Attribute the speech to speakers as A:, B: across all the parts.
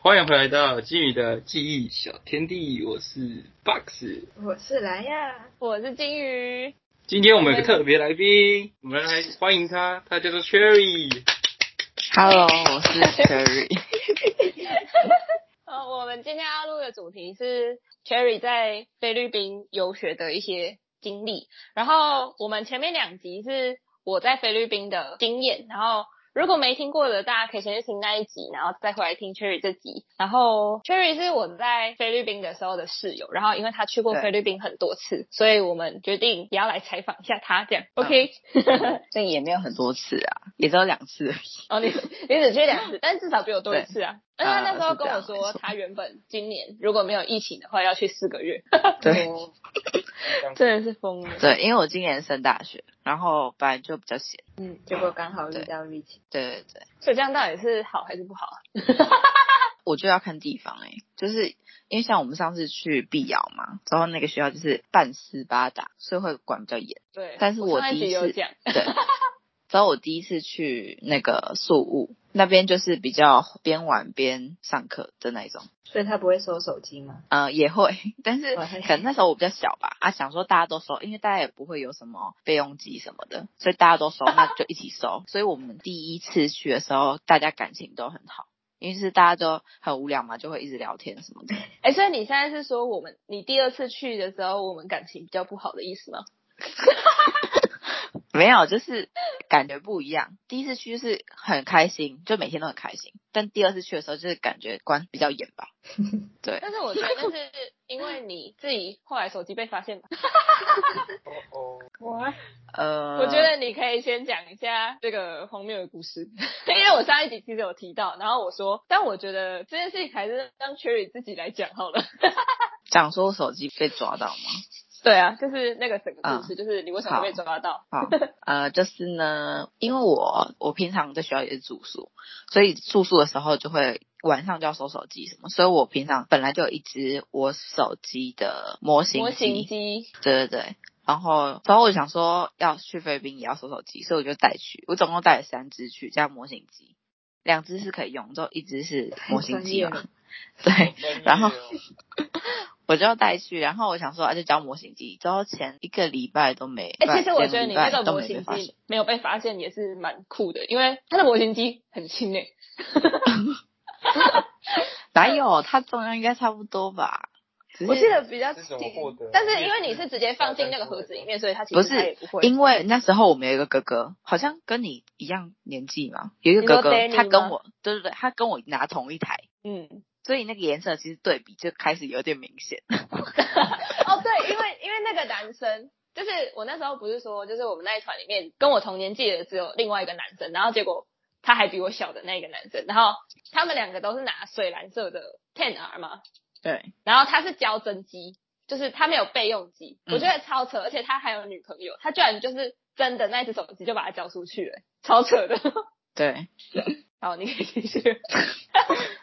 A: 欢迎回来到金鱼的记忆小天地，我是 Box。
B: 我是蓝亚，
C: 我是金鱼，
A: 今天我们有个特别来宾，我们来欢迎他，他叫做 Cherry。
D: Hello，我是 Cherry。
C: 呃，我们今天要录的主题是 Cherry 在菲律宾游学的一些经历。然后我们前面两集是我在菲律宾的经验，然后如果没听过的，大家可以先去听那一集，然后再回来听 Cherry 这集。然后 Cherry 是我在菲律宾的时候的室友，然后因为他去过
D: 对
C: 菲律宾很多次，所以我们决定也要来采访一下他，这样 OK？、
D: 但也没有很多次啊，也只有两次而已。
C: 哦，你你只去两次，但至少比我多一次啊。而且他那时候跟我
D: 啊是这
C: 说，
D: 样
C: 他原本今年如果没有疫情的话，要去四个月，
D: 对
C: 真的是疯了。
D: 对，因为我今年升大学，然后本来就比较闲。
B: 嗯，结果刚好遇到 Rich，
D: 对对对，
C: 所以这样到底是好还是不好啊？
D: 我就要看地方哎、就是因为像我们上次去碧瑶嘛，之后那个学校就是半斯巴达，所以会管比较严。
C: 对，
D: 但是
C: 我上一
D: 第
C: 集
D: 一
C: 有
D: 次
C: 讲，
D: 对，之后我第一次去那个宿务那边，就是比较边玩边上课的那一种。
B: 所以他不会收手机吗？
D: 呃，也会，但是
B: 我还
D: 可能那时候我比较小吧，啊，想说大家都收，因为大家也不会有什么备用机什么的，所以大家都收，那就一起收。所以我们第一次去的时候，大家感情都很好，因为是大家都很无聊嘛，就会一直聊天什么的。
C: 哎、所以你现在是说我们你第二次去的时候，我们感情比较不好的意思吗？
D: 没有，就是感觉不一样。第一次去就是很开心，就每天都很开心，但第二次去的时候就是感觉关比较严吧。对，
C: 但是我觉得那是因为你自己后来手机被发现 吧。
A: 哦哦，
C: 哇，
D: 呃，
C: 我觉得你可以先讲一下这个荒谬的故 事，因为我上一集其实有提到，然后我说，但我觉得这件事情还是让 Cherry 自己来讲好了。
D: 讲说我手机被抓到吗？
C: 对啊，就是那个整个故事，就是你为什么被抓到？
D: 好，呃，就是呢，因为我我平常在学校也是住宿，所以住宿的时候就会晚上就要收手机什么，所以我平常本来就有一只我手机的模型
C: 模型
D: 机，
C: 机，
D: 对对对。然后，然后我想说要去菲律宾也要收手机，所以我就带去，我总共带了三只去，加模型机，两只是可以用，之后一只是模型机
B: 太专业
D: 嘛
B: 了，
D: 对， 然后
A: 好专业哦
D: 我就带去，然后我想说啊就交模型机，之后前一个礼拜都没，
C: 哎、其实我觉得你那
D: 两
C: 个
D: 礼拜都
C: 模
D: 没被
C: 型
D: 发现
C: 机没有被发现也是蛮酷的，因为它的模型机很欸轻诶、
D: 哪有？它重量应该差不多吧？只
C: 我记
D: 是
C: 得比较
A: 是怎么获得
C: 轻，但是因为你是直接放进那个盒子里面，所以它其
D: 不
C: 实
D: 是
C: 它也不会。
D: 因为那时候我们有一个哥哥，好像跟你一样年纪嘛，有一个哥哥
C: 你说 Danny，吗
D: 他跟我，对对对，他跟我拿同一台，
C: 嗯，
D: 所以那个颜色其实对比就开始有点明 显。
C: 哦，对，因为因为那个男生，就是我那时候不是说，就是我们那一团里面跟我同年纪的只有另外一个男生，然后结果他还比我小的那个男生，然后他们两个都是拿水蓝色的 Ten R 嘛，
D: 对，
C: 然后他是胶真机，就是他没有备用机，
D: 嗯
C: 我觉得超扯，而且他还有女朋友，他居然就是真的那只手机就把他交出去了，超扯的。
D: 对，
C: 好，你可以继 续。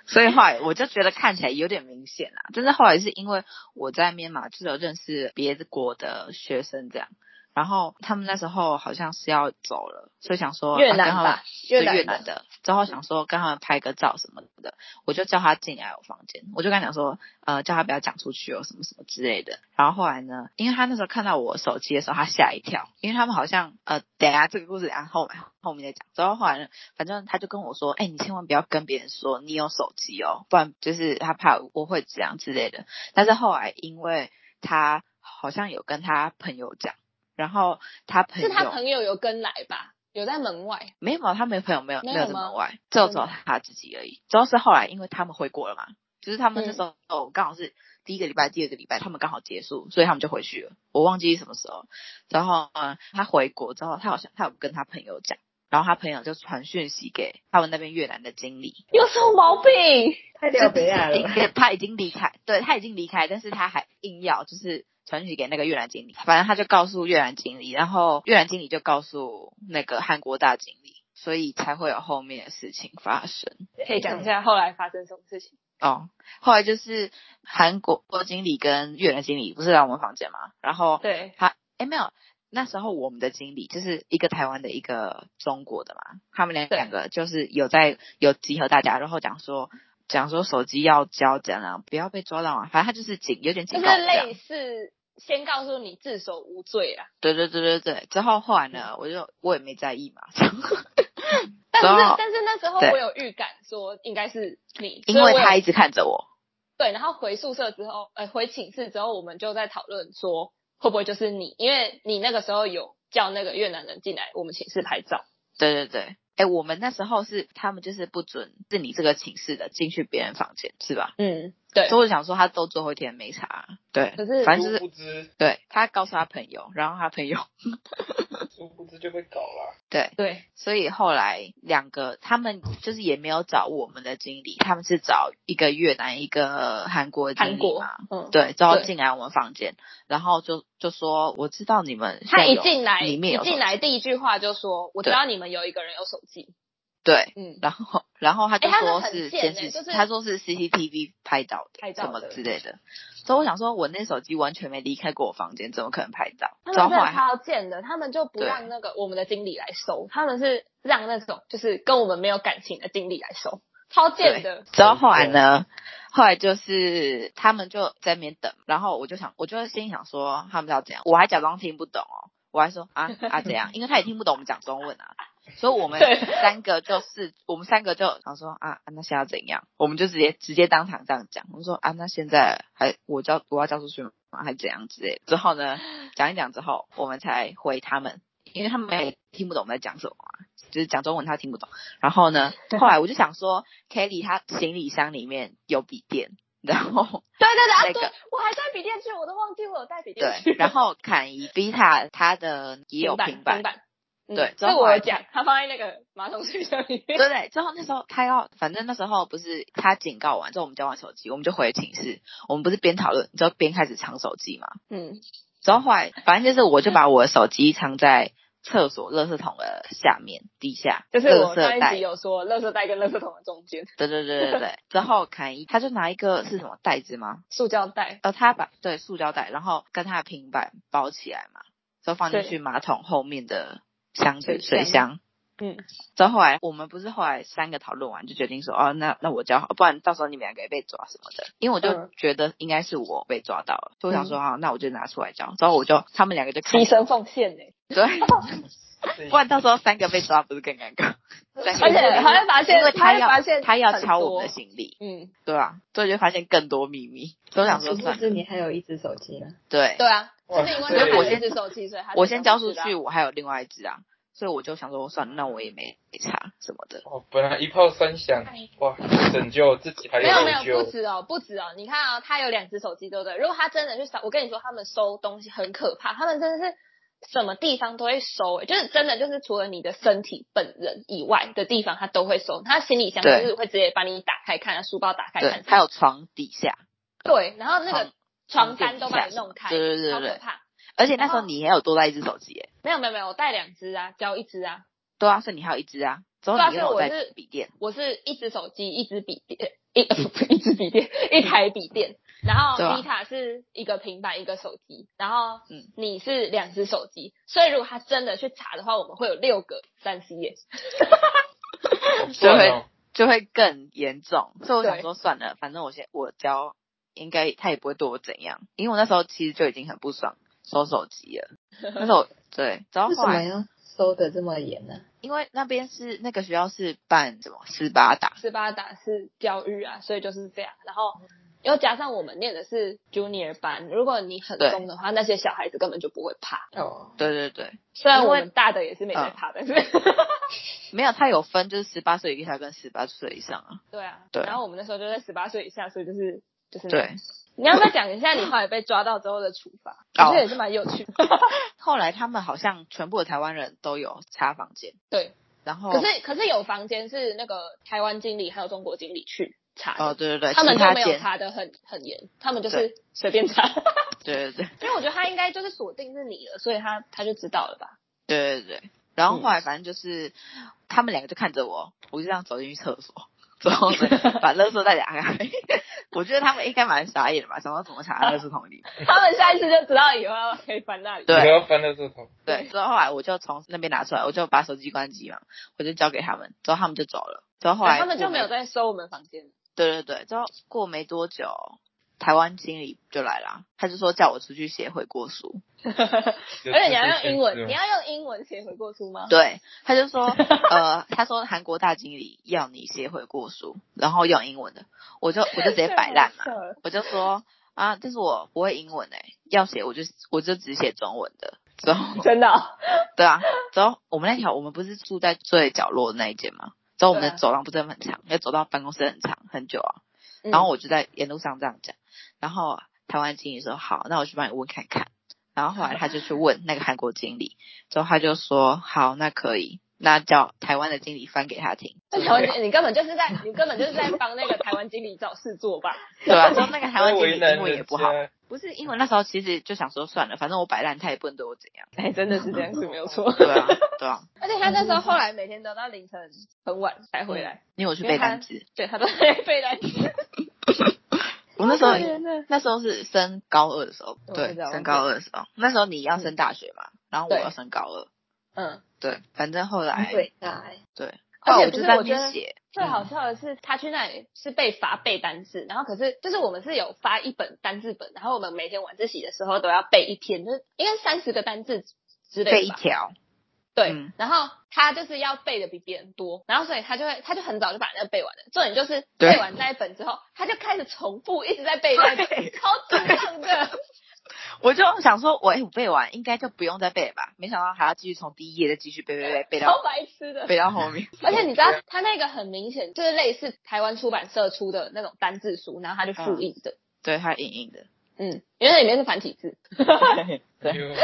D: 所以后来我就觉得看起来有点明显啦，但是后来是因为我在缅马就是有认识别的国的学生这样，然后他们那时候好像是要走了，所以想说
C: 越
D: 啊跟
C: 南
D: 他们
C: 吧，越
D: 对
C: 南
D: 越南的，之后想说跟他们拍个照什么的，我就叫他进来我房间，我就跟他讲说，呃，叫他不要讲出去哦，什么什么之类的。然后后来呢，因为他那时候看到我手机的时候，他吓一跳，因为他们好像呃，等一下这个故事等一下后面后面再讲。之后后来呢，反正他就跟我说，哎、你千万不要跟别人说你有手机哦，不然就是他怕我会这样之类的。但是后来因为他好像有跟他朋友讲，然后他朋
C: 是
D: 友
C: 他朋友有跟来吧？有在门外。
D: 没有，啊他没有朋友，没有
C: 没
D: 没
C: 有
D: 有这
C: 吗啊
D: 么外，只有只有他自己而已。主要是后来因为他们回国了嘛，就是他们
C: 嗯
D: 那时候、哦刚好是第一个礼拜、第二个礼拜，他们刚好结束，所以他们就回去了。我忘记什么时候。然后嗯，他回国之后，他好像他有跟他朋友讲，然后他朋友就传讯息给他们那边越南的经理，
C: 有什么毛病？
B: 太了不亚了
D: 因
B: 吧？
D: 为他已经离开，对他已经离开，但是他还硬要就是传讯息给那个越南经理，反正他就告诉越南经理，然后越南经理就告诉那个韩国大经理，所以才会有后面的事情发生。
C: 可以讲一下后来发生什么事情？
D: 哦，后来就是韩国经理跟越南经理不是来我们房间嘛，然后
C: 对，
D: 他哎没有，那时候我们的经理就是一个台湾的一个中国的嘛，他们两
C: 对
D: 两个就是有在有集合大家，然后讲说。讲说手机要交怎样啊，不要被抓到啊，反正他就是警，有点
C: 就
D: 警
C: 是
D: 告我这样
C: 类似先告诉你自首无罪啊啦。
D: 对对对对对，之后后来
C: 嗯
D: 呢，我就我也没在意嘛，
C: 但是
D: 然后
C: 但是那时候
D: 对
C: 我有预感说应该是你，
D: 因
C: 所以
D: 为
C: 我有
D: 他一直看着我，
C: 对，然后回宿舍之后，呃，回寝室之后，我们就在讨论说会不会就是你，因为你那个时候有叫那个越南人进来我们寝室拍照。
D: 对对对。哎，我们那时候是他们就是不准是你这个寝室的进去别人房间是吧？
C: 嗯，对
D: 所以我想说他都最后一天没查，对，
C: 可是
D: 反正就是
A: 殊不知，
D: 对他告诉他朋友，然后他朋友
A: 殊不知就被搞了。
D: 对，
C: 对，
D: 所以后来两个他们就是也没有找我们的经理，他们是找一个越南一个韩国的经
C: 韩
D: 理
C: 国
D: 嘛，，
C: 嗯，
D: 对，之后
C: 对
D: 进来我们房间，然后就就说我知道你们现
C: 他
D: 在
C: 一
D: 有
C: 进来，
D: 里面
C: 一
D: 有
C: 进
D: 手
C: 来第一句话就说：“我知
D: 对
C: 道你们有一个人有手机。
D: 对”，
C: 嗯，
D: 然后然后他就
C: 哎他们
D: 说
C: 很
D: 是
C: 贱
D: 监
C: 欸
D: 视器，
C: 就是
D: 他说是 CCTV 拍到的，
C: 拍
D: 什
C: 到
D: 么
C: 的
D: 之类的。所以我想说，我那手机完全没离开过我房间，怎么可能拍到？
C: 他
D: 之后
C: 们真
D: 后
C: 的
D: 来
C: 超贱的，他们就不
D: 对
C: 让那个我们的经理来收，他们是让那种就是跟我们没有感情的经理来收，超贱的。
D: 之后后来呢，后来就是他们就在那边等，然后我就想，我就心里想说他们要怎样，我还假装听不懂哦，我还说啊啊怎样，因为他也听不懂我们讲中文啊，所以我们
C: 对
D: 三个就是我们三个就想说啊啊那现在要怎样，我们就直接直接当场这样讲，我们说啊那现在还我交我要交出去吗？还怎样之类的之后呢，讲一讲之后，我们才回他们，因为他们也听不懂我们在讲什么啊，就是讲中文他听不懂。然后呢，后来我就想说，Kelly 她行李箱里面有笔电，然后
C: 对对对，啊，
D: 那个
C: 对我还带笔电去，我都忘记我有带笔电去
D: 对，。然后坎伊 Vita 她的也有
C: 平
D: 平
C: 板，平
D: 板，
C: 板，嗯
D: 对之
C: 这
D: 后
C: 我
D: 后
C: 有
D: 来
C: 讲，他放在那个马桶水箱里面。
D: 对对对。之后那时候她要，反正那时候不是她警告完之后，我们交换手机，我们就回寝室，我们不是边讨论，之后边开始藏手机嘛。
C: 嗯，
D: 之后后来，反正就是我就把我的手机藏在厕所垃圾桶的下面底下，
C: 就是
D: 垃
C: 我
D: 圾
C: 上一
D: 袋
C: 集有说，垃圾袋跟垃圾桶的中间，
D: 对对对对 对。之后坎伊他就拿一个是什么袋子吗？
C: 塑胶袋。
D: 呃，他把对塑胶袋，然后跟他的平板包起来嘛，就放进
C: 对
D: 去马桶后面的箱子
C: 水
D: 水箱
C: 箱。嗯，
D: 之后后来我们不是后来三个讨论完就决定说，哦，那那我交好，不然到时候你们两个也被抓什么的。因为我就
C: 嗯
D: 觉得应该是我被抓到了，所以我想说，好，那我就拿出来交。之后我就他们两个就看
C: 牺牲奉献呢、
D: 对，不然到时候三个被抓不是更尴 尬？三个
C: 而且
D: 被抓
C: 还会发现，
D: 因为
C: 还
D: 他
C: 会
D: 要
C: 发现
D: 他要
C: 很
D: 敲
C: 多
D: 我们的行李，
C: 嗯，
D: 对啊，所以就发现更多秘密。所以我想说
B: 殊不
D: 算了，
B: 知你还有一只手机呢。
D: 对
C: 对啊，
A: 哇
C: 就是因为
A: 所以
C: 他
A: 我
C: 有
D: 先
C: 一只手机，所以他
D: 我先交出
C: 才
D: 去，我还有另外一只啊，所以我就想说，算了，那我也没没查什么的。
A: 哦，本来一炮三响，哇，拯救自己还
C: 没有没
A: 拯
C: 有，不
A: 救，
C: 止哦，不止哦！你看啊、他有两只手机，对不对？如果他真的去扫，我跟你说，他们收东西很可怕，他们真的是什么地方都会收、诶就是真的就是除了你的身体本人以外的地方，他都会收。他行李箱就
D: 对
C: 是会直接把你打开看，书包打开
D: 对
C: 看，，
D: 还有床底下，
C: 对，然后那个床
D: 床
C: 单都把你弄开，
D: 对对对对
C: 超
D: 对
C: 可怕。
D: 而且那时候
C: 然后
D: 你也有多带一只手机耶、
C: 没有没有没有，我带两只啊，交一只啊，
D: 对啊，所以你还有一只啊，之后
C: 对啊
D: 你又有
C: 所以我
D: 带
C: 是
D: 笔电，
C: 我是一只手机，一只笔电，一 一只笔电，一台笔电，然后
D: 对啊
C: Vita 是一个平板，一个手机，然后
D: 嗯
C: 你是两只手机，所以如果他真的去查的话，我们会有六个三 C 耶。
A: 好赚哦
D: 就会更严重。所以我想
C: 对
D: 说，算了，反正我先我交，应该他也不会对我怎样，因为我那时候其实就已经很不爽收手机了。那 时候对，然后
B: 为什
D: 后
B: 么
D: 来
B: 要收的这么严呢？
D: 因为那边是那个学校是办什么斯巴达，
C: 斯巴达是教育啊，所以就是这样。然后又加上我们念的是 Junior 班，如果你很
D: 对
C: 松的话，那些小孩子根本就不会怕。
B: 哦，
D: 对对对，
C: 虽然
D: 因
C: 我
D: 为
C: 们大的 也是没在
D: 嗯
C: 怕，但是
D: 没有他有分，就是十八岁以下跟十八岁以上啊。
C: 对啊。
D: 对
C: 然后我们那时候就在十八岁以下，所以就是就是那样
D: 对，
C: 你要不要讲一下你后来被抓到之后的处 罚？
D: 哦
C: 我觉得也是蛮有趣 的。
D: 后来他们好像全部的台湾人都有查房间，
C: 对，
D: 然后
C: 可是可是有房间是那个台湾经理还有中国经理去查的
D: 哦对对对，
C: 他们
D: 其
C: 就
D: 他
C: 没有
D: 间
C: 查的很很严，他们就是随便查。
D: 对对对
C: 因为我觉得他应该就是锁定是你了，所以他他就知道了 吧？
D: 对对对，然后后来反正就是、他们两个就看着我，我就这样走进去厕所，然后呢把垃圾袋打开，我觉得他们应该蛮傻眼的吧，想到怎么查垃圾桶里，
C: 他们下一次就知道以后要可以翻那里。
D: 对
A: 你要翻到这头，
D: 对，之后后来我就从那边拿出来，我就把手机关机嘛，我就交给他们，之后他们就走了，之后后来
C: 他们就
D: 我
C: 没有再收我们房间。
D: 对对对，之后过没多久，台湾经理就来啦，他就说叫我出去写悔过书，
C: 而且你要用英文，你要用英文写悔过书吗？
D: 对，他就说呃，他说韩国大经理要你写悔过书，然后用英文的，我就我就直接摆烂 嘛，
C: 了。
D: 我就说啊，但是我不会英文哎、要写我就我就只写中文的。之后
C: 真的哦、
D: 对啊，之后我们那条我们不是住在最角落的那一间吗？之后我们
C: 对
D: 的
C: 啊
D: 走廊不是很长，要走到办公室很长很久啊。
C: 嗯
D: 然后我就在沿路上这样讲，然后台湾经理说好，那我去帮你问看看。然后后来他就去问那个韩国经理，之后他就说好，那可以，那叫台湾的经理翻给他听，
C: 那台湾经理，你根本就是在，你根本就是在帮那个台湾经理找事做吧？
D: 对吧、之后那个台湾经理
A: 为难
D: 英文也不好，
A: 人家
D: 不是英文那时候其实就想说算了，反正我摆烂，他也不能对我怎样，
C: 哎、真的是这样是没有错。
D: 对啊，对啊，
C: 而且他那时候后来每天都到凌晨很晚才回来，
D: 因为我去
C: 因为
D: 背
C: 他
D: 单词，
C: 对他都在 背单词。
D: 我那时候
C: 好可怜啊
D: 那时候是升高二的时候，
B: 我
D: 对，
B: 知道
D: 升高二的时候，那时候你要升大学嘛，然后我
C: 对
D: 要升高二，
C: 嗯，
D: 对，反正后来
B: 很伟大哎、
D: 对，
C: 而
D: 后
C: 且
D: 来
C: 不
D: 我就是在那
C: 我觉得
D: 边写，
C: 最好笑的是，他去那里是被罚背单字，然后可是就是我们是有发一本单字本，然后我们每天晚自习的时候都要背一天，就是应该三十个单字之类的吧。
D: 背一条，
C: 对，
D: 嗯
C: 然后他就是要背的比别人多，然后所以他就会，他就很早就把那个背完了。重点就是
D: 对
C: 背完那一本之后，他就开始重复，一直在背 那一本，超智障
D: 啊
C: 的。
D: 我就想说，我哎、我背完应该就不用再背了吧？没想到还要继续从第一页再继续背背背背
C: 超
D: 到
C: 白痴的。
D: 背到后面。
C: 而且你知道，他那个很明显就是类似台湾出版社出的那种单字书，然后他就复印的，
D: 对，它硬 硬的。
C: 嗯，因为那里面是繁体字，
A: 哎呦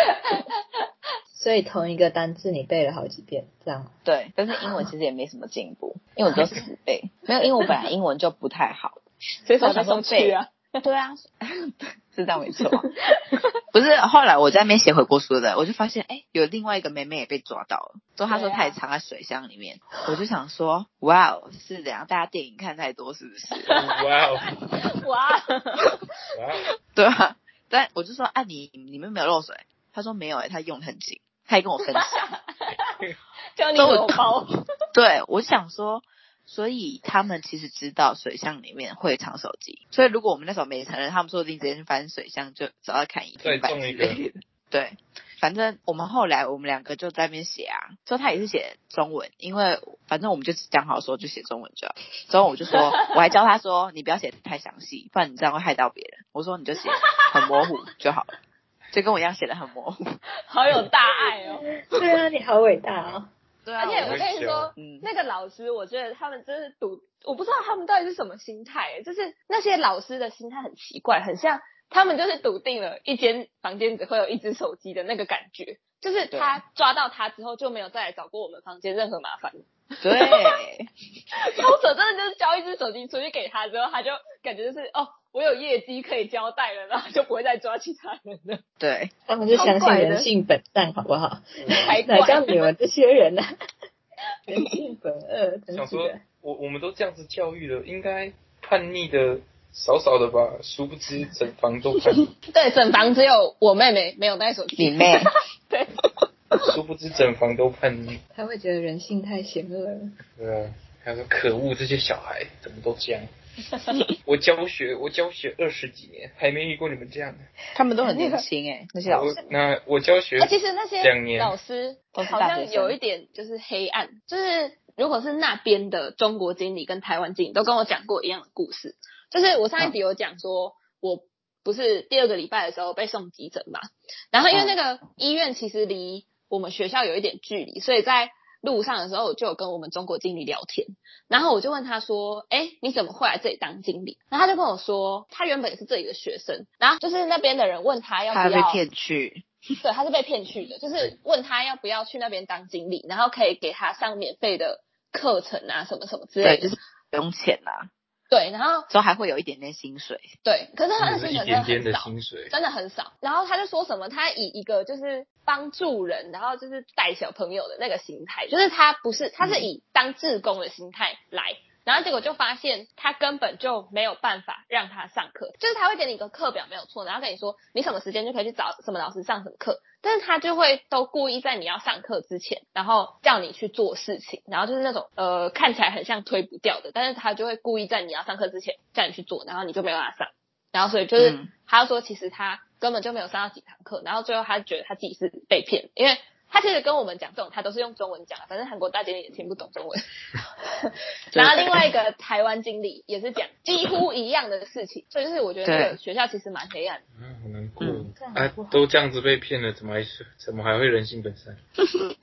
B: 所以同一个单字你背了好几遍，这样吗啊
D: 对，但是英文其实也没什么进步，因为我都死背。没有，因为我本来英文就不太好。
C: 所以
D: 以才
C: 才
D: 会
C: 送
D: 送
C: 去
D: 去
C: 啊。
D: 对啊，是这样没错。 不是，后来我在那边写回国书的，我就发现，哎、有另外一个妹妹也被抓到了，说她说
C: 对啊
D: 她也藏在水箱里面。我就想说，哇哦，是怎样？大家电影看太多是不是？
A: 哇哦，
C: 哇，
A: 哇哦，
D: 对啊，但我就说啊，你你们没有漏水？他说没有诶、欸他用得很紧，他也跟我分享。
C: 叫你
D: 都有
C: 裸包，
D: 对，我想说，所以他们其实知道水箱里面会藏手机，所以如果我们那时候没承认，他们说不定直接去翻水箱就找到看一
A: 对
D: 翻
A: 中
D: 之
A: 一个
D: 类的。对，反正我们后来我们两个就在那边写啊，之后他也是写中文，因为反正我们就讲好说就写中文就好。之后我就说，我还教他说你不要写得太详细，不然你这样会害到别人。我说你就写很模糊就好了，就跟我一样写的很模糊。
C: 好有大爱哦。
B: 对啊，你好伟大哦！
D: 对啊
C: 而且我跟你说，
D: 嗯
C: 那个老师，我觉得他们真是赌，我不知道他们到底是什么心态、欸就是那些老师的心态很奇怪，很像他们就是笃定了一间房间只会有一只手机的那个感觉，就是
D: 对
C: 他抓到他之后就没有再来找过我们房间任何麻烦。
D: 对。
C: 超扯，真的就是交一只手机出去给他之后，他就感觉就是哦，我有业绩可以交代了，然后就不会再抓其他人了，
D: 对，
B: 他们是相信
C: 超怪的
B: 人性本善，好不好？
C: 才怪
B: 哪。像你们这些人呢、 人性本恶，真
A: 想
B: 是
A: 说
B: 的。
A: 我我们都这样子教育了，应该叛逆的少少的吧，殊不知整房都叛逆，
C: 对，整房只有我妹妹没有带手机。
D: 你妹，
C: 对，
A: 殊不知整房都叛逆。
B: 他会觉得人性太险恶了。
A: 对啊，他说可恶，这些小孩怎么都这样。我教学，我教学二十几年，还没遇过你们这样的。
D: 他们都很年轻 哎、那些老
A: 我
D: 师，
A: 那我教学
C: 哎，其实那些
A: 两年
C: 老师
D: 都是
C: 好
D: 大学
C: 像
D: 生
C: 有一点就是黑暗，就是如果是那边的中国经理跟台湾经理都跟我讲过一样的故事，就是我上一集有讲说，我不是第二个礼拜的时候被送急诊嘛，然后
A: 嗯
C: 因为那个医院其实离我们学校有一点距离，所以在路上的时候我就有跟我们中国经理聊天，然后我就问他说：“哎，你怎么会来这里当经理？”然后他就跟我说，他原本也是这里的学生，然后就是那边的人问他要不
D: 他被
C: 要
D: 骗去，
C: 对，他是被骗去的，就是问他要不要去那边当经理，然后可以给他上免费的课程啊，什么什么之类的。
D: 对，就是不用钱啦、
C: 对，然后
D: 之后还会有一点点薪水，
C: 对，可是他的
A: 是
C: 薪
A: 一
C: 水
A: 点
C: 真
A: 点
C: 的
A: 的
C: 很少，
A: 薪水，
C: 真的很少。然后他就说什么，他以一个就是帮助人，然后就是带小朋友的那个心态，就是他不是，他是以当志工的心态来。然后结果就发现他根本就没有办法让他上课，就是他会给你一个课表没有错，然后跟你说你什么时间就可以去找什么老师上什么课，但是他就会都故意在你要上课之前，然后叫你去做事情，然后就是那种呃看起来很像推不掉的，但是他就会故意在你要上课之前叫你去做，然后你就没办法上，然后所以就是、
D: 嗯
C: 他说其实他根本就没有上到几堂课，然后最后他觉得他自己是被骗的，因为。他其实跟我们讲这种，他都是用中文讲，反正韩国大姐也听不懂中文。然后另外一个台湾经理也是讲几乎一样的事情，所以就是我觉得那个学校其实蛮黑暗的。
A: 啊，好难过、
D: 嗯
B: 这样
A: 啊
B: 好不！好
A: 都这样子被骗了，怎么还是怎么还会人性本善？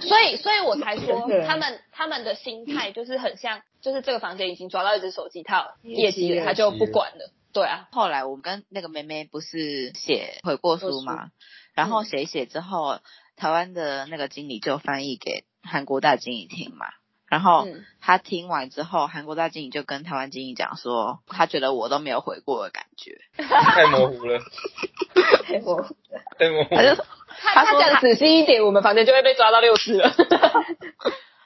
C: 所以，所以我才说
B: 真的
C: 他们他们的心态就是很像，就是这个房间已经抓到一只手机套
B: 业
C: 业
B: 绩
C: 绩了，
B: 了
C: 他就不管了。对啊，
D: 后来我们跟那个妹妹不是写悔过书嘛，然后写一写之后，台湾的那个经理就翻译给韩国大经理听嘛。然后
C: 嗯
D: 他听完之后，韩国大经理就跟台湾经理讲说，他觉得我都没有悔过的感觉。
A: 太模糊了，
B: 太模糊
A: 太模糊
D: 他
A: 了。
D: 就
C: 他
D: 他说
C: 讲仔细一点，我们房间就会被抓到六次 了。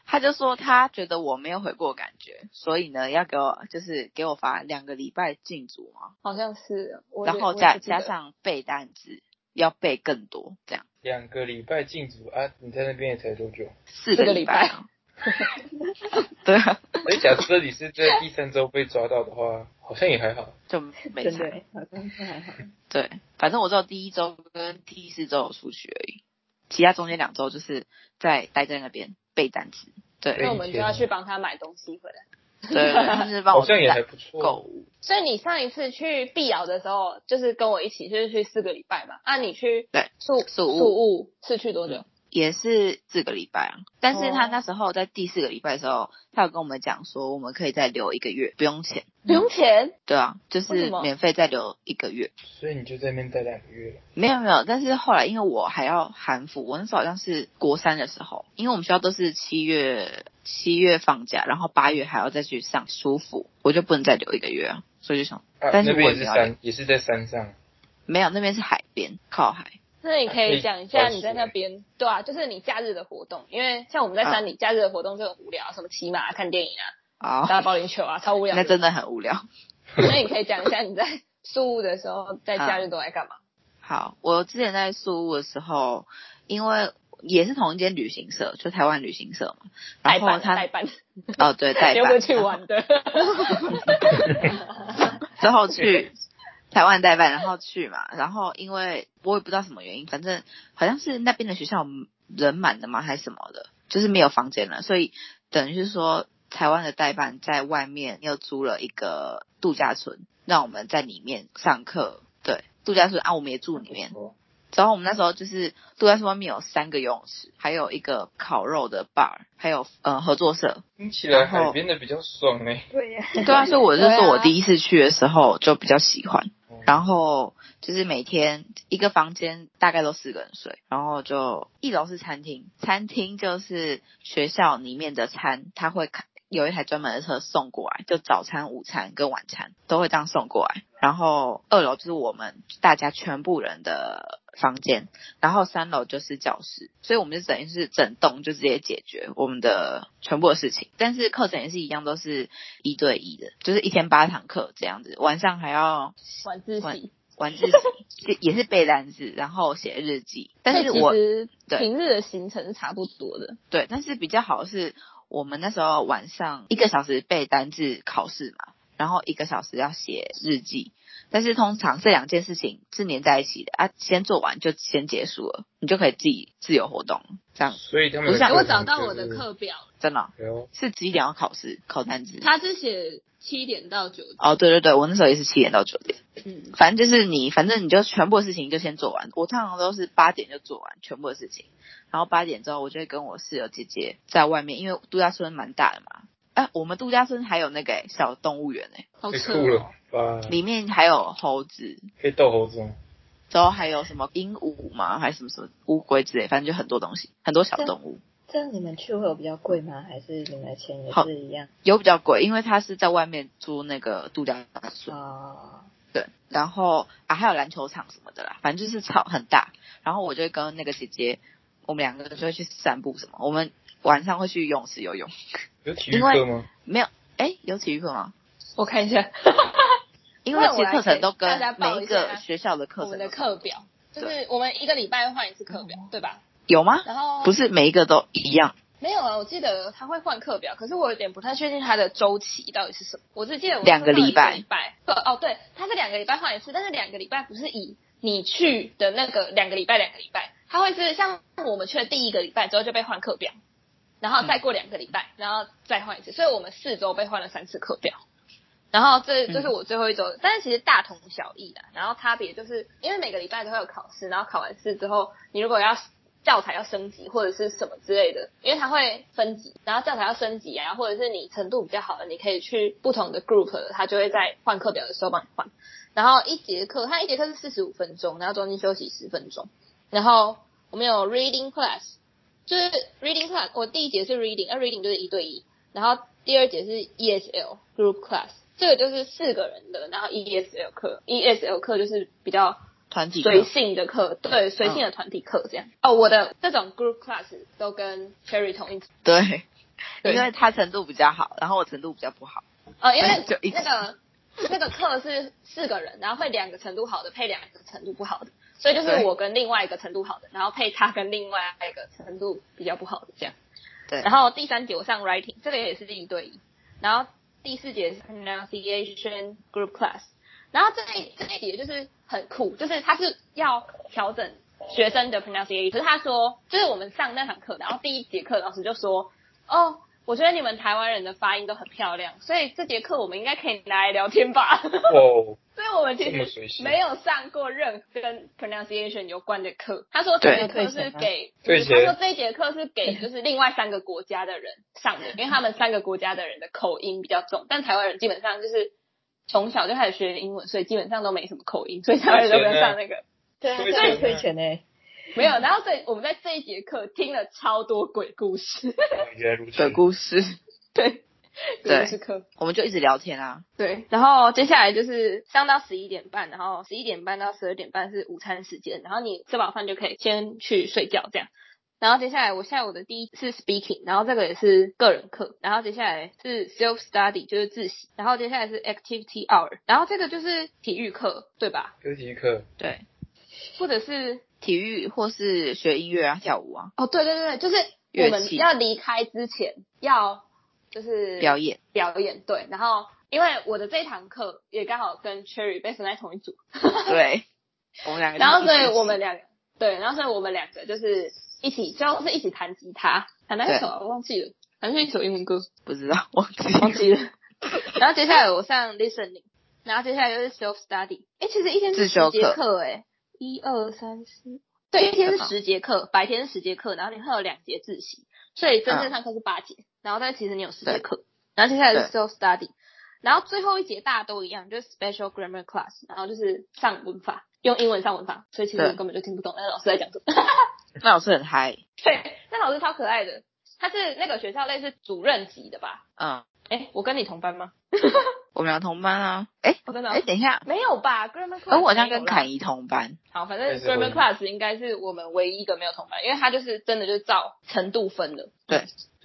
D: 他就说他觉得我没有悔过的感觉，所以呢要给我就是给我罚两个礼拜禁足嘛，
C: 好像是，我
D: 然
C: 也
D: 后
C: 我也
D: 加
C: 不记得
D: 加上背单词要背更多这样。
A: 两个礼拜禁足啊！你在那边也才多久？
D: 四
C: 个
D: 个
C: 礼
D: 礼
C: 拜
D: 拜啊。 对啊，
A: 而且假设你是在第三周被抓到的话，好像也还好。
D: 就没
B: 真
D: 差。
B: 的好像是还好。
D: 对，反正我只有第一周跟第四周有出去而已，其他中间两周就是在待在那边背单词。对
A: 对
C: 那我们就要去帮他买东西回来。
D: 对对，对他是帮
A: 好
D: 我
A: 像也还
D: 代
A: 不错。
D: 购物。
C: 所以你上一次去碧瑶的时候，就是跟我一起，就是去四个礼拜嘛。啊，你去
D: 对
C: 宿
D: 宿务嗯
C: 务是去多久？
D: 也是四个礼拜啊，但是
C: 哦
D: 他那时候在第四个礼拜的时候，他有跟我们讲说，我们可以再留一个月，不用钱。
C: 不用钱，
D: 对啊，就
C: 为什
D: 是
C: 么
D: 免费再留一个月。
A: 所以你就在那边待两个月了。
D: 没有没有，但是后来因为我还要韩服，我那时候好像是国三的时候，因为我们学校都是七月七月放假，然后八月还要再去上舒服，我就不能再留一个月啊，所以就想，
A: 啊，
D: 但是
A: 那边也
D: 我
A: 是
D: 了
A: 山，也是在山上。
D: 没有那边是海边，靠海，
C: 那你可以讲一下
A: 还可以
C: 你在那边，对啊，就是你假日的活动，因为像我们在山里，假日的活动就很无聊，什么骑马、看电影啊、
D: 哦，
C: 打保龄球啊，超无聊。
D: 那真的很无聊。
C: 那你可以讲一下你在宿务的时候，在假日都在干嘛？
D: 好，我之前在宿务的时候，因为也是同一间旅行社，就台湾旅行社嘛，
C: 代
D: 然后
C: 办啊，
D: 他
C: 代办，
D: 哦 对 代
C: 又不
D: 办
C: 是去玩 的。
D: 之后去台湾代办，然后去嘛，然后因为我也不知道什么原因，反正好像是那边的学校人满了吗，还是什么的，就是没有房间了，所以等于是说台湾的代办在外面又租了一个度假村，让我们在里面上课。对，度假村啊，我们也住里面。然后我们那时候就是度假村外面有三个游泳池，还有一个烤肉的 bar，还有呃合作社，
A: 听起来
D: 然后
A: 海边的比较爽哎、
B: 对呀，
D: 对啊，所以我是
C: 对
D: 说
C: 啊
D: 我第一次去的时候就比较喜欢
A: 嗯，
D: 然后就是每天一个房间大概都四个人睡，然后就一楼是餐厅，餐厅就是学校里面的餐，他会开有一台专门的车送过来，就早餐、午餐跟晚餐都会这样送过来。然后二楼就是我们大家全部人的房间，然后三楼就是教室，所以我们就等于是整栋就直接解决我们的全部的事情。但是课程也是一样，都是一对一的，就是一天八堂课这样子，晚上还要
C: 晚自
D: 晚
C: 习，
D: 晚自习，也 是背单词，然后写日记。但是
C: 所以
D: 我
C: 其实
D: 对
C: 平日的行程是差不多的。
D: 对，但是比较好的是我们那时候晚上一个小时背单字考试嘛，然后一个小时要写日记。但是通常这两件事情是连在一起的啊，先做完就先结束了，你就可以自己自由活动了，这样
A: 所以他们
D: 我想
C: 哎我
A: 我
C: 找到我的，课表了，
D: 真的哦、
A: 然
D: 是几点要考试考单字？
C: 他是写七点到九点。
D: 哦，对对对，我那时候也是七点到九点，
C: 嗯，
D: 反正就是你，反正你就全部的事情就先做完。我通常都是八点就做完全部的事情，然后八点之后我就会跟我室友姐姐在外面，因为度假村蛮大的嘛。哎、我们度假村还有那个、欸小动物园哎、
C: 好
A: 太
C: 扯、
A: 欸酷
C: 哦
A: 了。吧？
D: 里面还有猴子，
A: 可以逗猴子吗？
D: 之后还有什么鹦鹉嘛，还是什么什么乌龟之类，反正就很多东西，很多小
C: 啊
D: 动物。
B: 这样你们去会有比较贵吗？还是你们的钱也
D: 好
B: 是一样？
D: 有比较贵，因为它是在外面租那个度假村。
B: 哦，
D: 对，然后啊还有篮球场什么的啦，反正就是草很大。然后我就会跟那个姐姐，我们两个就会去散步什么。我们晚上会去游泳池游泳，
A: 有体育课吗？
D: 没有，哎、哎，有体育课吗？
C: 我看一下
D: 因为其实课程
C: 那
D: 都
C: 我
D: 跟
C: 来给大家报
D: 每
C: 一
D: 一
C: 下
D: 个学校的课
C: 我们
D: 程
C: 的
D: 都
C: 课表，就是我们一个礼拜换一次课表，对吧？
D: 有吗？
C: 然后
D: 嗯不是每一个都一样。
C: 没有啊，我记得他会换课表，可是我有点不太确定他的周期到底是什么。我只记得我
D: 两个礼拜
C: 上一礼拜呃哦，对，他是两个礼拜换一次，但是两个礼拜不是以你去的那个两个礼拜两个礼拜，他会是像我们去的第一个礼拜之后就被换课表，然后再过两个礼拜，然后再换一次，所以我们四周被换了三次课表。然后这这是我最后一周，但是其实大同小异的。然后差别就是因为每个礼拜都会有考试，然后考完试之后，你如果要教材要升级或者是什么之类的，因为它会分级，然后教材要升级啊，或者是你程度比较好的，你可以去不同的 group，的它就会在换课表的时候帮你换。然后一节课，它一节课是四十五分钟，然后中间休息十分钟。然后我们有 reading class，就是 reading class，我第一节是 reading，那 reading 就是一对一，然后第二节是 ESL group class，这个就是四个人的，然后 ESL 课，ESL 课就是比较
D: 团体课
C: 随性的课，对，随性的团体课这样。哦，我的这种 group class 都跟 Cherry 同一组，
D: 对，
C: 对
D: 因为他程度比较好，然后我程度比较不好。
C: 呃，因
D: 哎就
C: 为
D: 一起
C: 那个那个课是四个人，然后会两个程度好的配两个程度不好的，所以就是
D: 对
C: 我跟另外一个程度好的，然后配他跟另外一个程度比较不好的这样。
D: 对，
C: 然后第三节我上 writing，这个也是一对一。然后第四节是 pronunciation group class，然后这一这一节就是很酷，就是他是要调整学生的 pronunciation。可是他说，就是我们上那堂课，然后第一节课老师就说，哦，我觉得你们台湾人的发音都很漂亮，所以这节课我们应该可以拿来聊天吧。
A: 哦，
C: 所以我们其
A: 这么随
C: 实
A: 性
C: 没有上过任何跟 pronunciation 有关的课。他说这节课是给，
A: 对
C: 就
A: 退学
C: 是他说这一节课是给就是另外三个国家的人上的，因为他们三个国家的人的口音比较重，但台湾人基本上就是从小就开始学英文，所以基本上都没什么口音，所以台湾人都没有上那个。
B: 对啊，
A: 所以
B: 这
A: 呢
B: 个退钱呢？
C: 没有，然后这我们在这一节课听了超多鬼故事，
A: 原来如此。
D: 的故事，
C: 对，鬼
D: 对
C: 故事课。
D: 我们就一直聊天啊。
C: 对，然后接下来就是上到十一点半，然后十一点半到十二点半是午餐时间，然后你吃饱饭就可以先去睡觉这样。然后接下来我下午的第一是 speaking，然后这个也是个人课，然后接下来是 self study 就是自习，然后接下来是 activity hour，然后这个就是体育课对吧？
A: 有体育课，
D: 对，
C: 或者是
D: 体育或是学音乐啊、跳舞啊、
C: 哦对对对对，就是我
D: 乐
C: 们
D: 器
C: 要离开之前要就是
D: 表 演。
C: 表演对，然后因为我的这一堂课也刚好跟 Cherry 被分在同一组，
D: 对，我们两个就一起。
C: 然后所以我们两个对，然后所以我们两个就是一起，最后是一起弹吉他，弹哪一首啊？我忘记了，弹是一首英文歌，
D: 不知道忘记
C: 忘 记了。然后接下来我上 listening，然后接下来就是 self study。哎，其实一天是
D: 自修
C: 十
D: 课
C: 节课哎，一二三四，对，一天是十节课，白天是十节课，然后你会有两节自习，所以真正上课是八节，然后但其实你有十节课，然后接下来是 self study，然后最后一节大家都一样，就是 special grammar class，然后就是上文法，用英文上文法，所以其实
D: 对
C: 我根本就听不懂那个老师在讲什么。
D: 那老师很嗨，
C: 对，那老师超可爱的，他是那个学校类似主任级的吧？
D: 嗯，
C: 哎，我跟你同班吗？
D: 我们俩同班啊。哎
C: 我真的
D: 哎，等一下，
C: 没有吧？Grammar class，
D: 而呃我好像
C: 没有
D: 跟
C: 啦
D: 凯怡同班，
C: 好，反正
A: 但是我
C: Grammar class 应该是我们唯一一个没有同班，因为他就是真的就是照程度分的
A: 所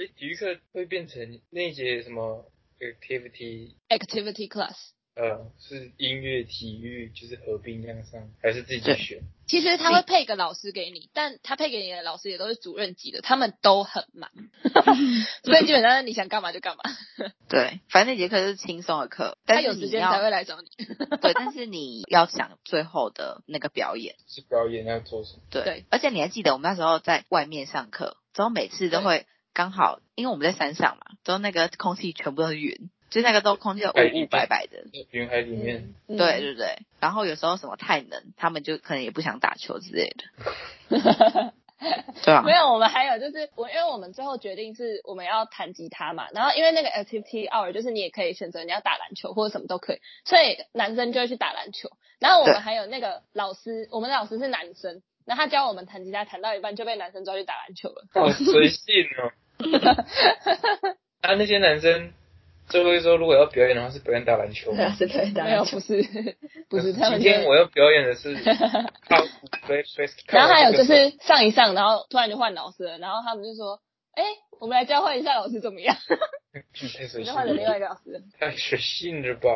A: 以体育课会变成那一节什么 activity，
C: activity class。
A: 呃，是音乐、体育，就是合并这样上，还是自己
D: 对
A: 选？
C: 其实他会配个老师给你，但他配给你的老师也都是主任级的，他们都很 忙，所以基本上你想干嘛就干嘛，
D: 对，反正那节课是轻松的课，
C: 他
D: 但是
C: 有
D: 你
C: 时间才
D: 要
C: 会来找你。
D: 对，但是你要想最后的那个表演，
A: 是表演要做什么？
D: 对，
C: 对
D: 而且你还记得我们那时候在外面上课，之后每次都会刚好，因为我们在山上嘛，之后那个空气全部都是云，就是那个都空气都雾雾白白的，
A: 云海里面，
C: 嗯
D: 对，对不对？然后有时候什么太冷，他们就可能也不想打球之类的， 对啊
C: 没，有，我们还有就是我，因为我们最后决定是我们要弹吉他嘛，然后因为那个 activity hour 就是你也可以选择你要打篮球或者什么都可以，所以男生就会去打篮球。然后我
D: 对
C: 们还有那个老师，我们的老师是男生，那他教我们弹吉他，弹到一半就被男生抓去打篮球了。
A: 好随性 哦。啊，那些男生最后一周如果要表演的话，是表演打篮球
B: 对啊，
A: 吗？
B: 是对的
C: 没有，不是， 不是他们
A: 今
C: 就
A: 天我要表演的 是靠 b a s
C: 然后还有就是上一上，然后突然就换老师了，然后他们就说：“哎、我们来交换一下老师怎么样？
A: 太随
C: 你就
A: 性
C: 换成另外
A: 了，
C: 一个老师。
A: 太随性了吧？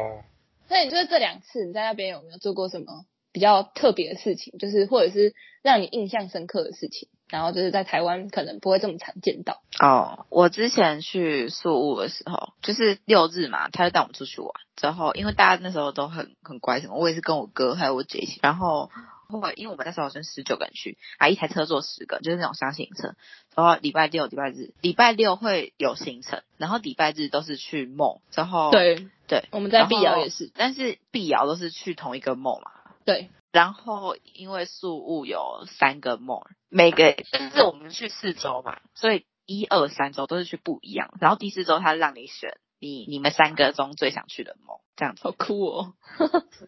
C: 那你就是这两次你在那边有没有做过什么比较特别的事情，就是或者是让你印象深刻的事情？然后就是在台湾可能不会这么常见到。
D: 哦，我之前去宿务的时候，就是六日嘛，他就带我们出去玩。之后，因为大家那时候都很很乖，什么，我也是跟我哥还有我姐一起。然后，后来因为我们那时候好像十九个人去，啊，一台车坐十个，就是那种箱型车。然后礼拜六、礼拜日，礼拜六会有行程，然后礼拜日都是去梦。之后，
C: 对
D: 对，
C: 我们在
D: 然后
C: 碧瑶也是，
D: 但是碧瑶都是去同一个梦嘛。
C: 对，
D: 然后因为宿务有三个 mall，每个
C: 嗯
D: 就是我们去四周嘛，所以一二三周都是去不一样。然后第四周他让你选你你们三个中最想去的 mall，这样子
C: 好酷哦。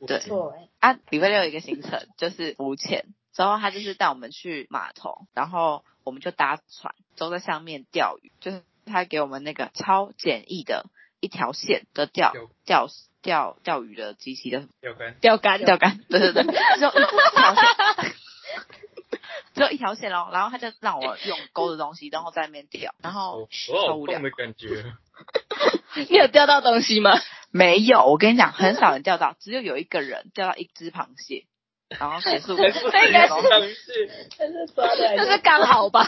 D: 对
B: 不错哎，
D: 啊。礼拜六有一个行程就是浮潜，之后他就是带我们去码头，然后我们就搭船，都在上面钓鱼，就是他给我们那个超简易的一条线的钓
A: 钓
D: 钓钓钓鱼的机器叫什么？
A: 钓竿，
C: 钓竿，
D: 钓竿，对对对， 只有一条 线，只有一条线咯。然后他就让我用钩的东西，然后在那边钓，然后
A: 哦，我
D: 超
A: 好
D: 无聊
A: 棒的感 觉，
C: 你有钓到东西吗？
D: 没有。我跟你讲，很少人钓到，只有有一个人钓到一只螃蟹，然 后结束。
A: 还不是
C: 那应该是
A: 螃蟹，
B: 但是抓的还
C: 就是是刚好 吧。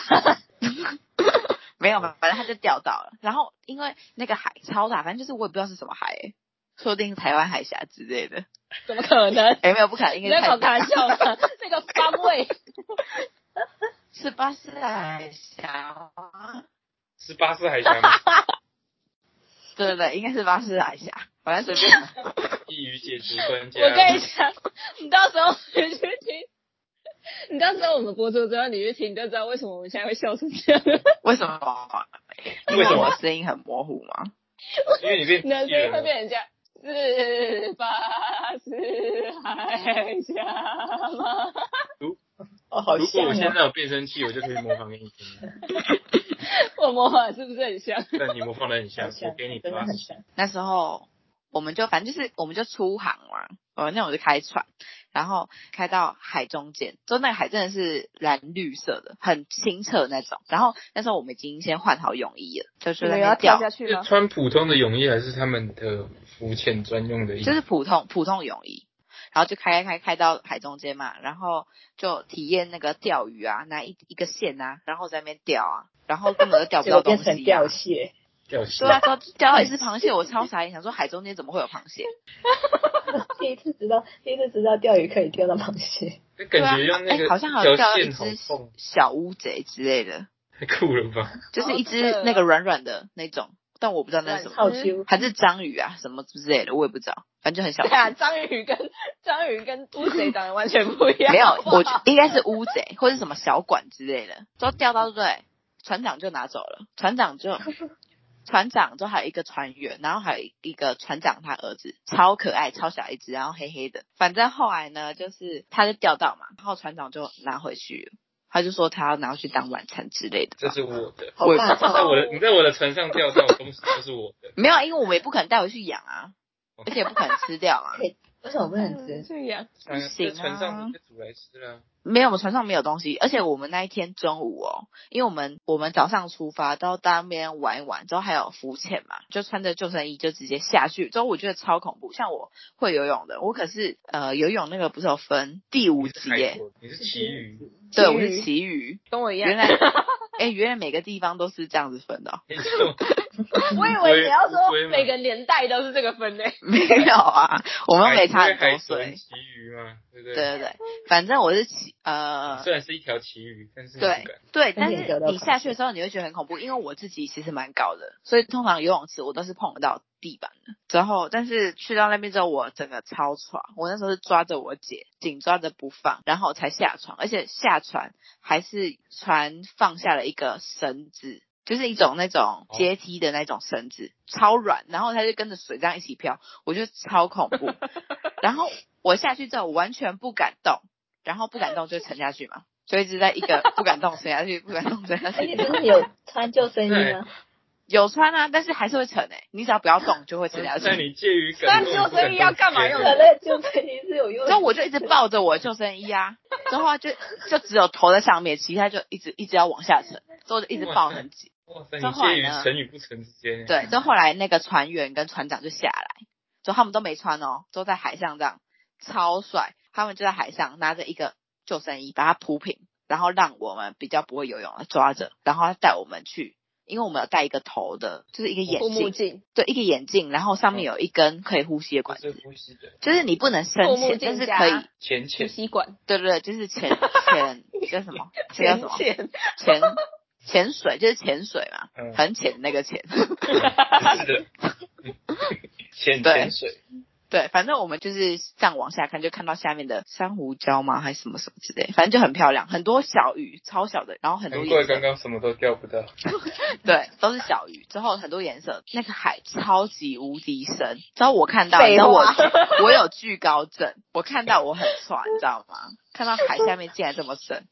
D: 没有，反正他就钓到了。然后因为那个海超大，反正就是我也不知道是什么海、欸，说不定是台湾海峡之类的。
C: 怎么可能？
D: 哎、没有，不可能，应
C: 你
D: 该
C: 在
D: 是太
C: 搞
D: 大
C: 开玩笑吗？那个方位，
D: 是巴士海峡吗？
A: 是巴士海峡吗？
D: 对对对，应该是巴士海峡。反正随便。
A: 一语解读专家，
C: 我跟你讲，你到时候你去听， 你到时候我们播出之后你去听，你就知道为什么我们现在会笑成这样。
D: 为什么？因
A: 为什么
D: 我声音很模糊吗？
A: 因为你变
C: 你的
A: 机器
C: 声音
A: 人
C: 会
A: 了，
C: 变成这样。是巴士海峡吗？
B: 哦，好
A: 如果
B: 像
A: 我现
B: 哦，
A: 在有变声器，我就可以模仿给你听了。
C: 我模仿是不是很像？
A: 但你模仿的很像
B: 好，像
A: 我给你
B: 真的
A: 发
B: 很像。
D: 那时候我们就反正就是我们就出航嘛，呃，那我就开船，然后开到海中间，就那个海真的是蓝绿色的，很清澈那种。然后那时候我们已经先换好泳衣了，就去那边钓，
C: 去
A: 是？穿普通的泳衣还是他们的浮潜专用的衣服？
D: 就是普通普通泳衣。然后就开开开开到海中间嘛，然后就体验那个钓鱼啊，拿一一个线啊，然后在那边钓啊，然后根本就钓不
B: 结
D: 到
B: 果
D: 东
B: 变
D: 西、啊，
B: 成掉蟹，
A: 吊饰
D: 对啊，钓钓到一只螃蟹，我超傻眼，想说海中间怎么会有螃蟹？
B: 第一次知道，第一次知道钓鱼可以钓到螃蟹，
A: 那感觉用那
D: 对啊哎
A: 个
D: 好像还有
A: 一条
D: 钓一
A: 线好
D: 只
A: 痛，
D: 小乌贼之类的，
A: 太酷了吧？
D: 就是一
C: 哦真
D: 只
C: 的
D: 那个软软的那种，但我不知道那是什么，
B: 好
C: 嗯
B: Q，
D: 还是章鱼啊什么之类的，我也不知道，反正就很小
C: 对。啊，章鱼跟章鱼跟乌贼长得完全不一样。
D: 没有
C: 好，不好
D: 我觉应该是乌贼或者什么小管之类的，都钓到对不对？船长就拿走了，船长就船长就还有一个船员，然后还有一个船长他儿子，超可爱，超小一只，然后黑黑的。反正后来呢，就是他就钓到嘛，然后船长就拿回去了，他就说他要拿回去当晚餐之类的吧。
A: 这是我的，
B: 好
D: 我也
B: 霸
A: 在
B: 道，
A: 我的你在我的船上钓到的东西都是我的。
D: 没有，因为我们也不可能带回去养啊，而且也不可能吃掉啊。
B: 为什么不能吃？
C: 这样，
A: 船
D: 行啊
A: 在船上你就煮来吃啦。
D: 没有，我们船上没有东西，而且我们那一天中午哦，因为我们我们早上出发到那边玩一玩，之后还有浮潜嘛，就穿着救生衣就直接下去，之后我觉得超恐怖。像我会游泳的，我可是呃游泳那个不是有分第五
A: 你
D: 级
A: 是海
D: 耶，
A: 国，你是旗鱼，
D: 对
C: 旗
D: 我是
C: 鱼
D: 旗鱼，
C: 跟我一样
D: 原。来哎原来每个地方都是这样子分的哦、
A: 你说
C: 我以为你要
A: 乌龟
C: 说
A: 嘛
C: 每个年代都是这个分类。
D: 没有啊，我们没差
A: 海
D: 很
A: 龟海
D: 多
A: 豚
D: 岁，
A: 旗鱼嘛，对不
D: 对
A: 对？
D: 对对，反正我是旗呃
A: 虽然是一条旗鱼，但是你不
D: 对
A: 敢。
D: 对，
B: 但
D: 但
B: 是你得
D: 是
B: 到
D: 你
B: 螃
D: 下
B: 蟹
D: 去的时候你会觉得很恐怖，因为我自己其实蛮高的，所以通常游泳池我都是碰不到地板的。之后，但是去到那边之后，我整个超喘，我那时候是抓着我姐，紧抓着不放，然后我才下船，而且下船还是船放下了一个绳子。就是一种那种
A: 哦
D: 阶梯的那种绳子，超软，然后它就跟着水这样一起飘，我觉得超恐怖。然后我下去之后我完全不敢动，然后不敢动就沉下去嘛，就一直在一个不敢动沉下去，不敢动沉下
B: 哎，你
D: 去。
B: 真的有穿救生衣吗？
D: 有穿啊，但是还是会沉诶、你只要不要动就会沉下
A: 那
D: 去。
A: 你介于
C: 那
A: 敢
C: 你
A: 动
C: 救生衣要干嘛用
B: 可
C: 的
B: 乐救生衣是有用
D: 之
B: 的
D: 后。我就一直抱着我的救生衣啊，之后啊就就只有头在上面，其他就一直一直要往下沉，之后就一直抱得很紧。
A: 哇塞，
D: 这
A: 你
D: 后来
A: 介于
D: 呢
A: 成与不成之间。
D: 对，就后来那个船员跟船长就下来，就他们都没穿哦，都在海上这样，超帅。他们就在海上拿着一个救生衣把它铺平，然后让我们比较不会游泳的抓着，然后他带我们去，因为我们有带一个头的，就是一个眼
C: 护目
D: 镜，
C: 镜，
D: 对，一个眼镜，然后上面有一根可以呼吸的管
A: 就是
D: 子，
A: 呼吸的
D: 就是你不能
C: 护
D: 深
C: 目镜
D: 潜，但是
C: 加
D: 可以，
A: 浅
C: 呼
A: 浅，
C: 吸管，
D: 对对对，就是潜潜叫什么？这叫什么？
C: 浅
D: 潜潜水就是潜水嘛，
A: 嗯，
D: 很浅的那个潜。
A: 是的，浅
D: 对
A: 潜水，
D: 对，反正我们就是这样往下看，就看到下面的珊瑚礁吗？还是什么什么之类，反正就很漂亮，很多小鱼，超小的，然后很多
A: 难怪
D: 颜
A: 哎刚
D: 色，
A: 刚什么都钓 不到。
D: 对，都是小鱼，之后很多颜色，那个海超级无敌深。之后我看到，
B: 废
D: 你知道我
B: 话
D: 我有惧高症，我看到我很喘，你知道吗？看到海下面竟然这么深，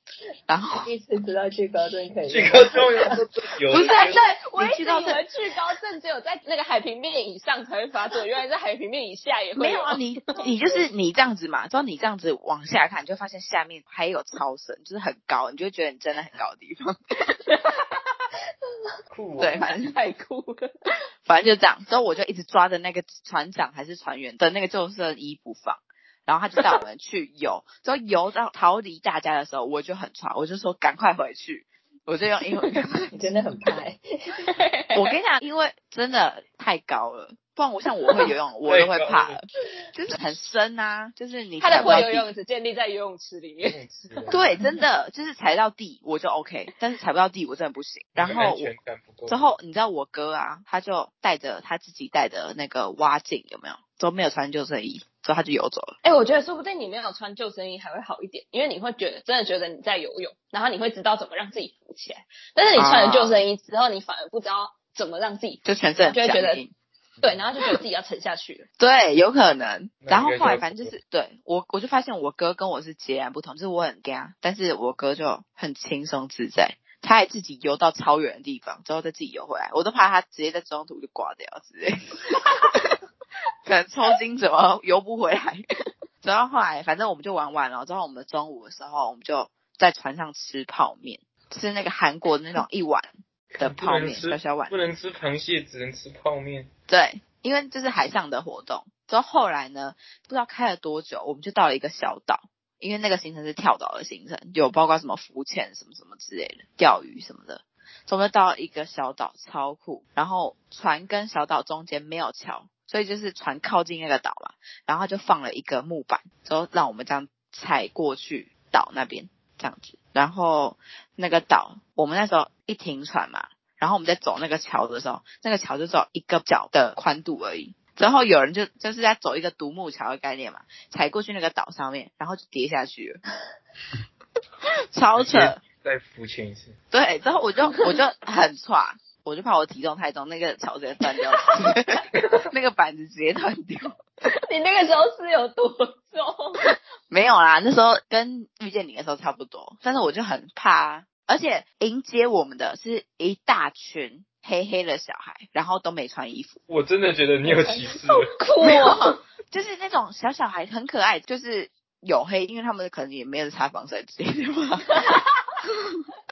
D: 然后。
B: 第一次知道惧高症可以。
A: 这个重要是有
D: 不是啊
A: 的
D: 对，
C: 我一
D: 你
C: 直
D: 知
C: 以
D: 道这
C: 为惧高症只有在那个海平面以上才会发作，原来在海平面以下也会
D: 没有啊， 你你就是你这样子嘛，之后你这样子往下看，你就发现下面还有超深，就是很高，你就会觉得你站在很高的地方。
A: 酷哦，
D: 对，反正
C: 太酷了。
D: 反正就这样。之后我就一直抓着那个船长还是船员的那个救生衣不放，然后他就带我们去游。之后游到逃离大家的时候，我就很喘，我就说赶快回去。我就用英 文，
B: 你真的很派，
D: 我跟你讲，因为真的太高了，不然我像我会游泳，我都会怕了，就是很深啊，就是你
C: 他
D: 踩
C: 的
D: 不到
C: 会
D: 地
C: 游泳只建立在游泳池里面，
D: 对，真的就是踩到地我就 OK，但是踩不到地我真的不行。然后
A: 安
D: 我
A: 全感不够。
D: 之后你知道我哥啊，他就带着他自己带的那个蛙镜有没有？都没有穿救生衣，之后他就游走了。
C: 哎、我觉得说不定你没有穿救生衣还会好一点，因为你会觉得真的觉得你在游泳，然后你会知道怎么让自己浮起来。但是你穿了救生衣之后，你反而不知道怎么让自己
D: 就全身很
C: 就会觉
D: 僵
C: 得
D: 硬，
C: 对，然后就觉得自己要沉下去了。
D: 对，有可能。
A: 那
D: 然后
A: 应该
D: 后来
A: 就
D: 反正
A: 是
D: 就是，对我我就发现我哥跟我是截然不同，就是我很干，但是我哥就很轻松自在，他还自己游到超远的地方，之后再自己游回来，我都怕他直接在中途就挂掉之类的， 可能抽筋怎么游不回来。然后后来反正我们就玩完了，之后我们中午的时候，我们就在船上吃泡面，吃那个韩国的那种一碗 的
A: 不
D: 泡
A: 能
D: 面，
A: 啊吃
D: 小小碗
A: 不。能吃螃蟹，只能吃泡面。
D: 对，因为这是海上的活动。之后后来呢，不知道开了多久，我们就到了一个小岛，因为那个行程是跳岛的行程，有包括什么浮潜、什么什么之类的，钓鱼什么的。所以我们就到一个小岛，超酷。然后船跟小岛中间没有桥，所以就是船靠近那个岛嘛，然后就放了一个木板，之后让我们这样踩过去岛那边这样子。然后那个岛，我们那时候一停船嘛，然后我们在走那个桥的时候，那个桥就只有一个脚的宽度而已。之后有人就就是在走一个独木桥的概念嘛，踩过去那个岛上面，然后就跌下去了，超扯。
A: 再浮潜一次，
D: 对，之后我就我就很差，我就怕我体重太重，那个桥直接断掉， 那个板子直接断掉。
C: 你那个时候是有多重？
D: 没有啦，那时候跟遇见你的时候差不多，但是我就很怕啊，而且迎接我们的是一大群黑黑的小孩，然后都没穿衣服，
A: 我真的觉得你有歧视 了。
C: 酷
D: 没有
C: 哦！
D: 就是那种小小孩很可爱，就是黝黑，因为他们可能也没有擦防晒之类的吧，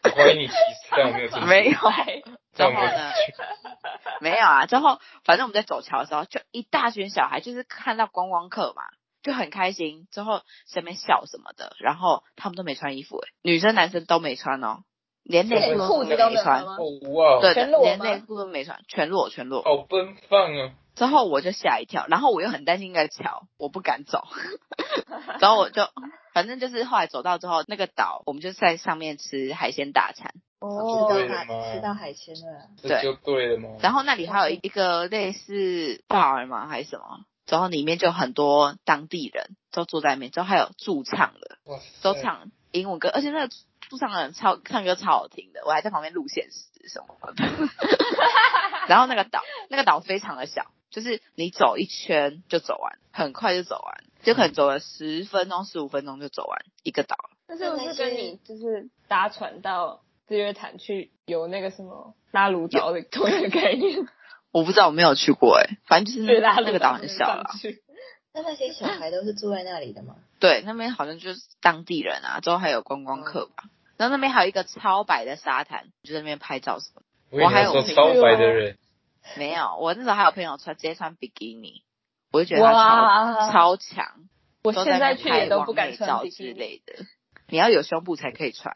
A: 我怀疑你歧视，但我没有歧视。
D: 没有。啊
C: 对
D: 之
A: 但
D: 后
A: 我没有歧
D: 呢？
A: 视。
D: 没有啊，之后反正我们在走桥的时候，就一大群小孩，就是看到观光客嘛，就很开心。之后身边笑什么的，然后他们都没穿衣服、欸，女生男生都没穿哦，连内
A: 连
D: 裤
A: 裤子都
C: 没
D: 没
C: 有
D: 穿
C: 吗，
A: 哦哇，
D: 对
C: 全
D: 的，
C: 裸
D: 连
C: 吗
D: 内裤都没穿，全裸全裸。
A: 好奔放啊！
D: 之后我就吓一跳，然后我又很担心那个桥，我不敢走。然后我就，反正就是后来走到之后，那个岛我们就在上面吃海鲜大餐，
B: 哦
A: 对
B: 吃
A: 的
B: 到
A: 嘛
B: 海吃到海鲜了，
A: 这就对了嘛。
D: 然后那里还有一个类似 bar 吗还是什么，然后里面就很多当地人都坐在里面，之后还有驻唱的，
A: 哇塞
D: 都唱英文歌，而且那个驻唱的人超唱歌超好听的，我还在旁边录现实什么的。 然后那个岛，那个岛非常的小，就是你走一圈就走完，很快就走完，就可能走了十分钟、十五分钟就走完一个岛。
C: 那是不是跟你就是搭船到日月潭去游那个什么拉鲁岛的 同一个概念？
D: 我不知道我没有去过哎、反正就是
C: 对，
D: 那
C: 拉
D: 那
C: 鲁
D: 个岛
C: 岛
D: 很小啊啦。
C: 上去。
B: 那那些小孩都是住在那里的吗？
D: 对，那边好像就是当地
C: 嗯
D: 人啊，之后还有观光客吧。然后那边还有一个超白的沙滩，就在那边拍照什么的。
A: 我以为
D: 还
A: 你
D: 有
A: 要说
D: 朋
A: 超
B: 友
A: 白的人，
D: 没有，我那时候还有朋友穿直接穿比基尼，我就觉得他超
C: 哇，
D: 超强，
C: 我
D: 都
C: 现在
D: 在
C: 去也都不敢
D: 拍完
C: 穿比
D: 美照
C: 基
D: 之
C: 尼。
D: 类的。你要有胸部才可以穿，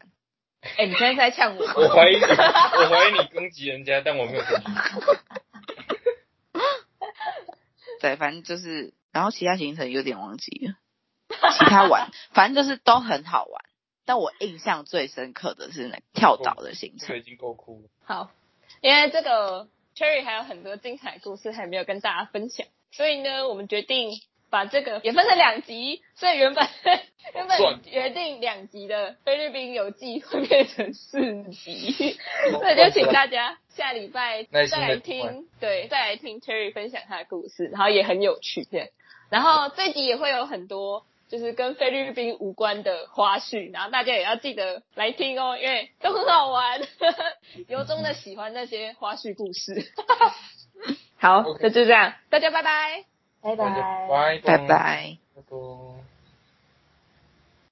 C: 哎、你现在是在呛我吗？
A: 我怀疑你，我怀疑你攻击人家，但我没有攻击。
D: 对，反正就是，然后其他行程有点忘记了，其他玩， 反正就是都很好玩。但我印象最深刻的是那个跳岛的行
A: 这
D: 程，
A: 个已经够酷了。
C: 好，因为这个 Cherry 还有很多精彩故事还没有跟大家分享，所以呢，我们决定把这个也分成两集，所以原本原本
A: 算
C: 决定两集的菲律宾游记会变成四集， 所以
A: 算
C: 就
A: 算
C: 请大家下礼拜
A: 耐
C: 再
A: 心地
C: 来
A: 听完
C: 听，对，再来听 Cherry 分享他的故事，然后也很有趣这样。然后这集也会有很多就是跟菲律宾无关的花絮，然后大家也要记得来听哦，因为都很好玩， 由衷的喜欢那些花絮故事。 好
A: OK
C: 那就这样，大家拜拜。
B: 拜
A: 大
B: 拜
A: 家。拜
D: 拜拜。
A: 拜。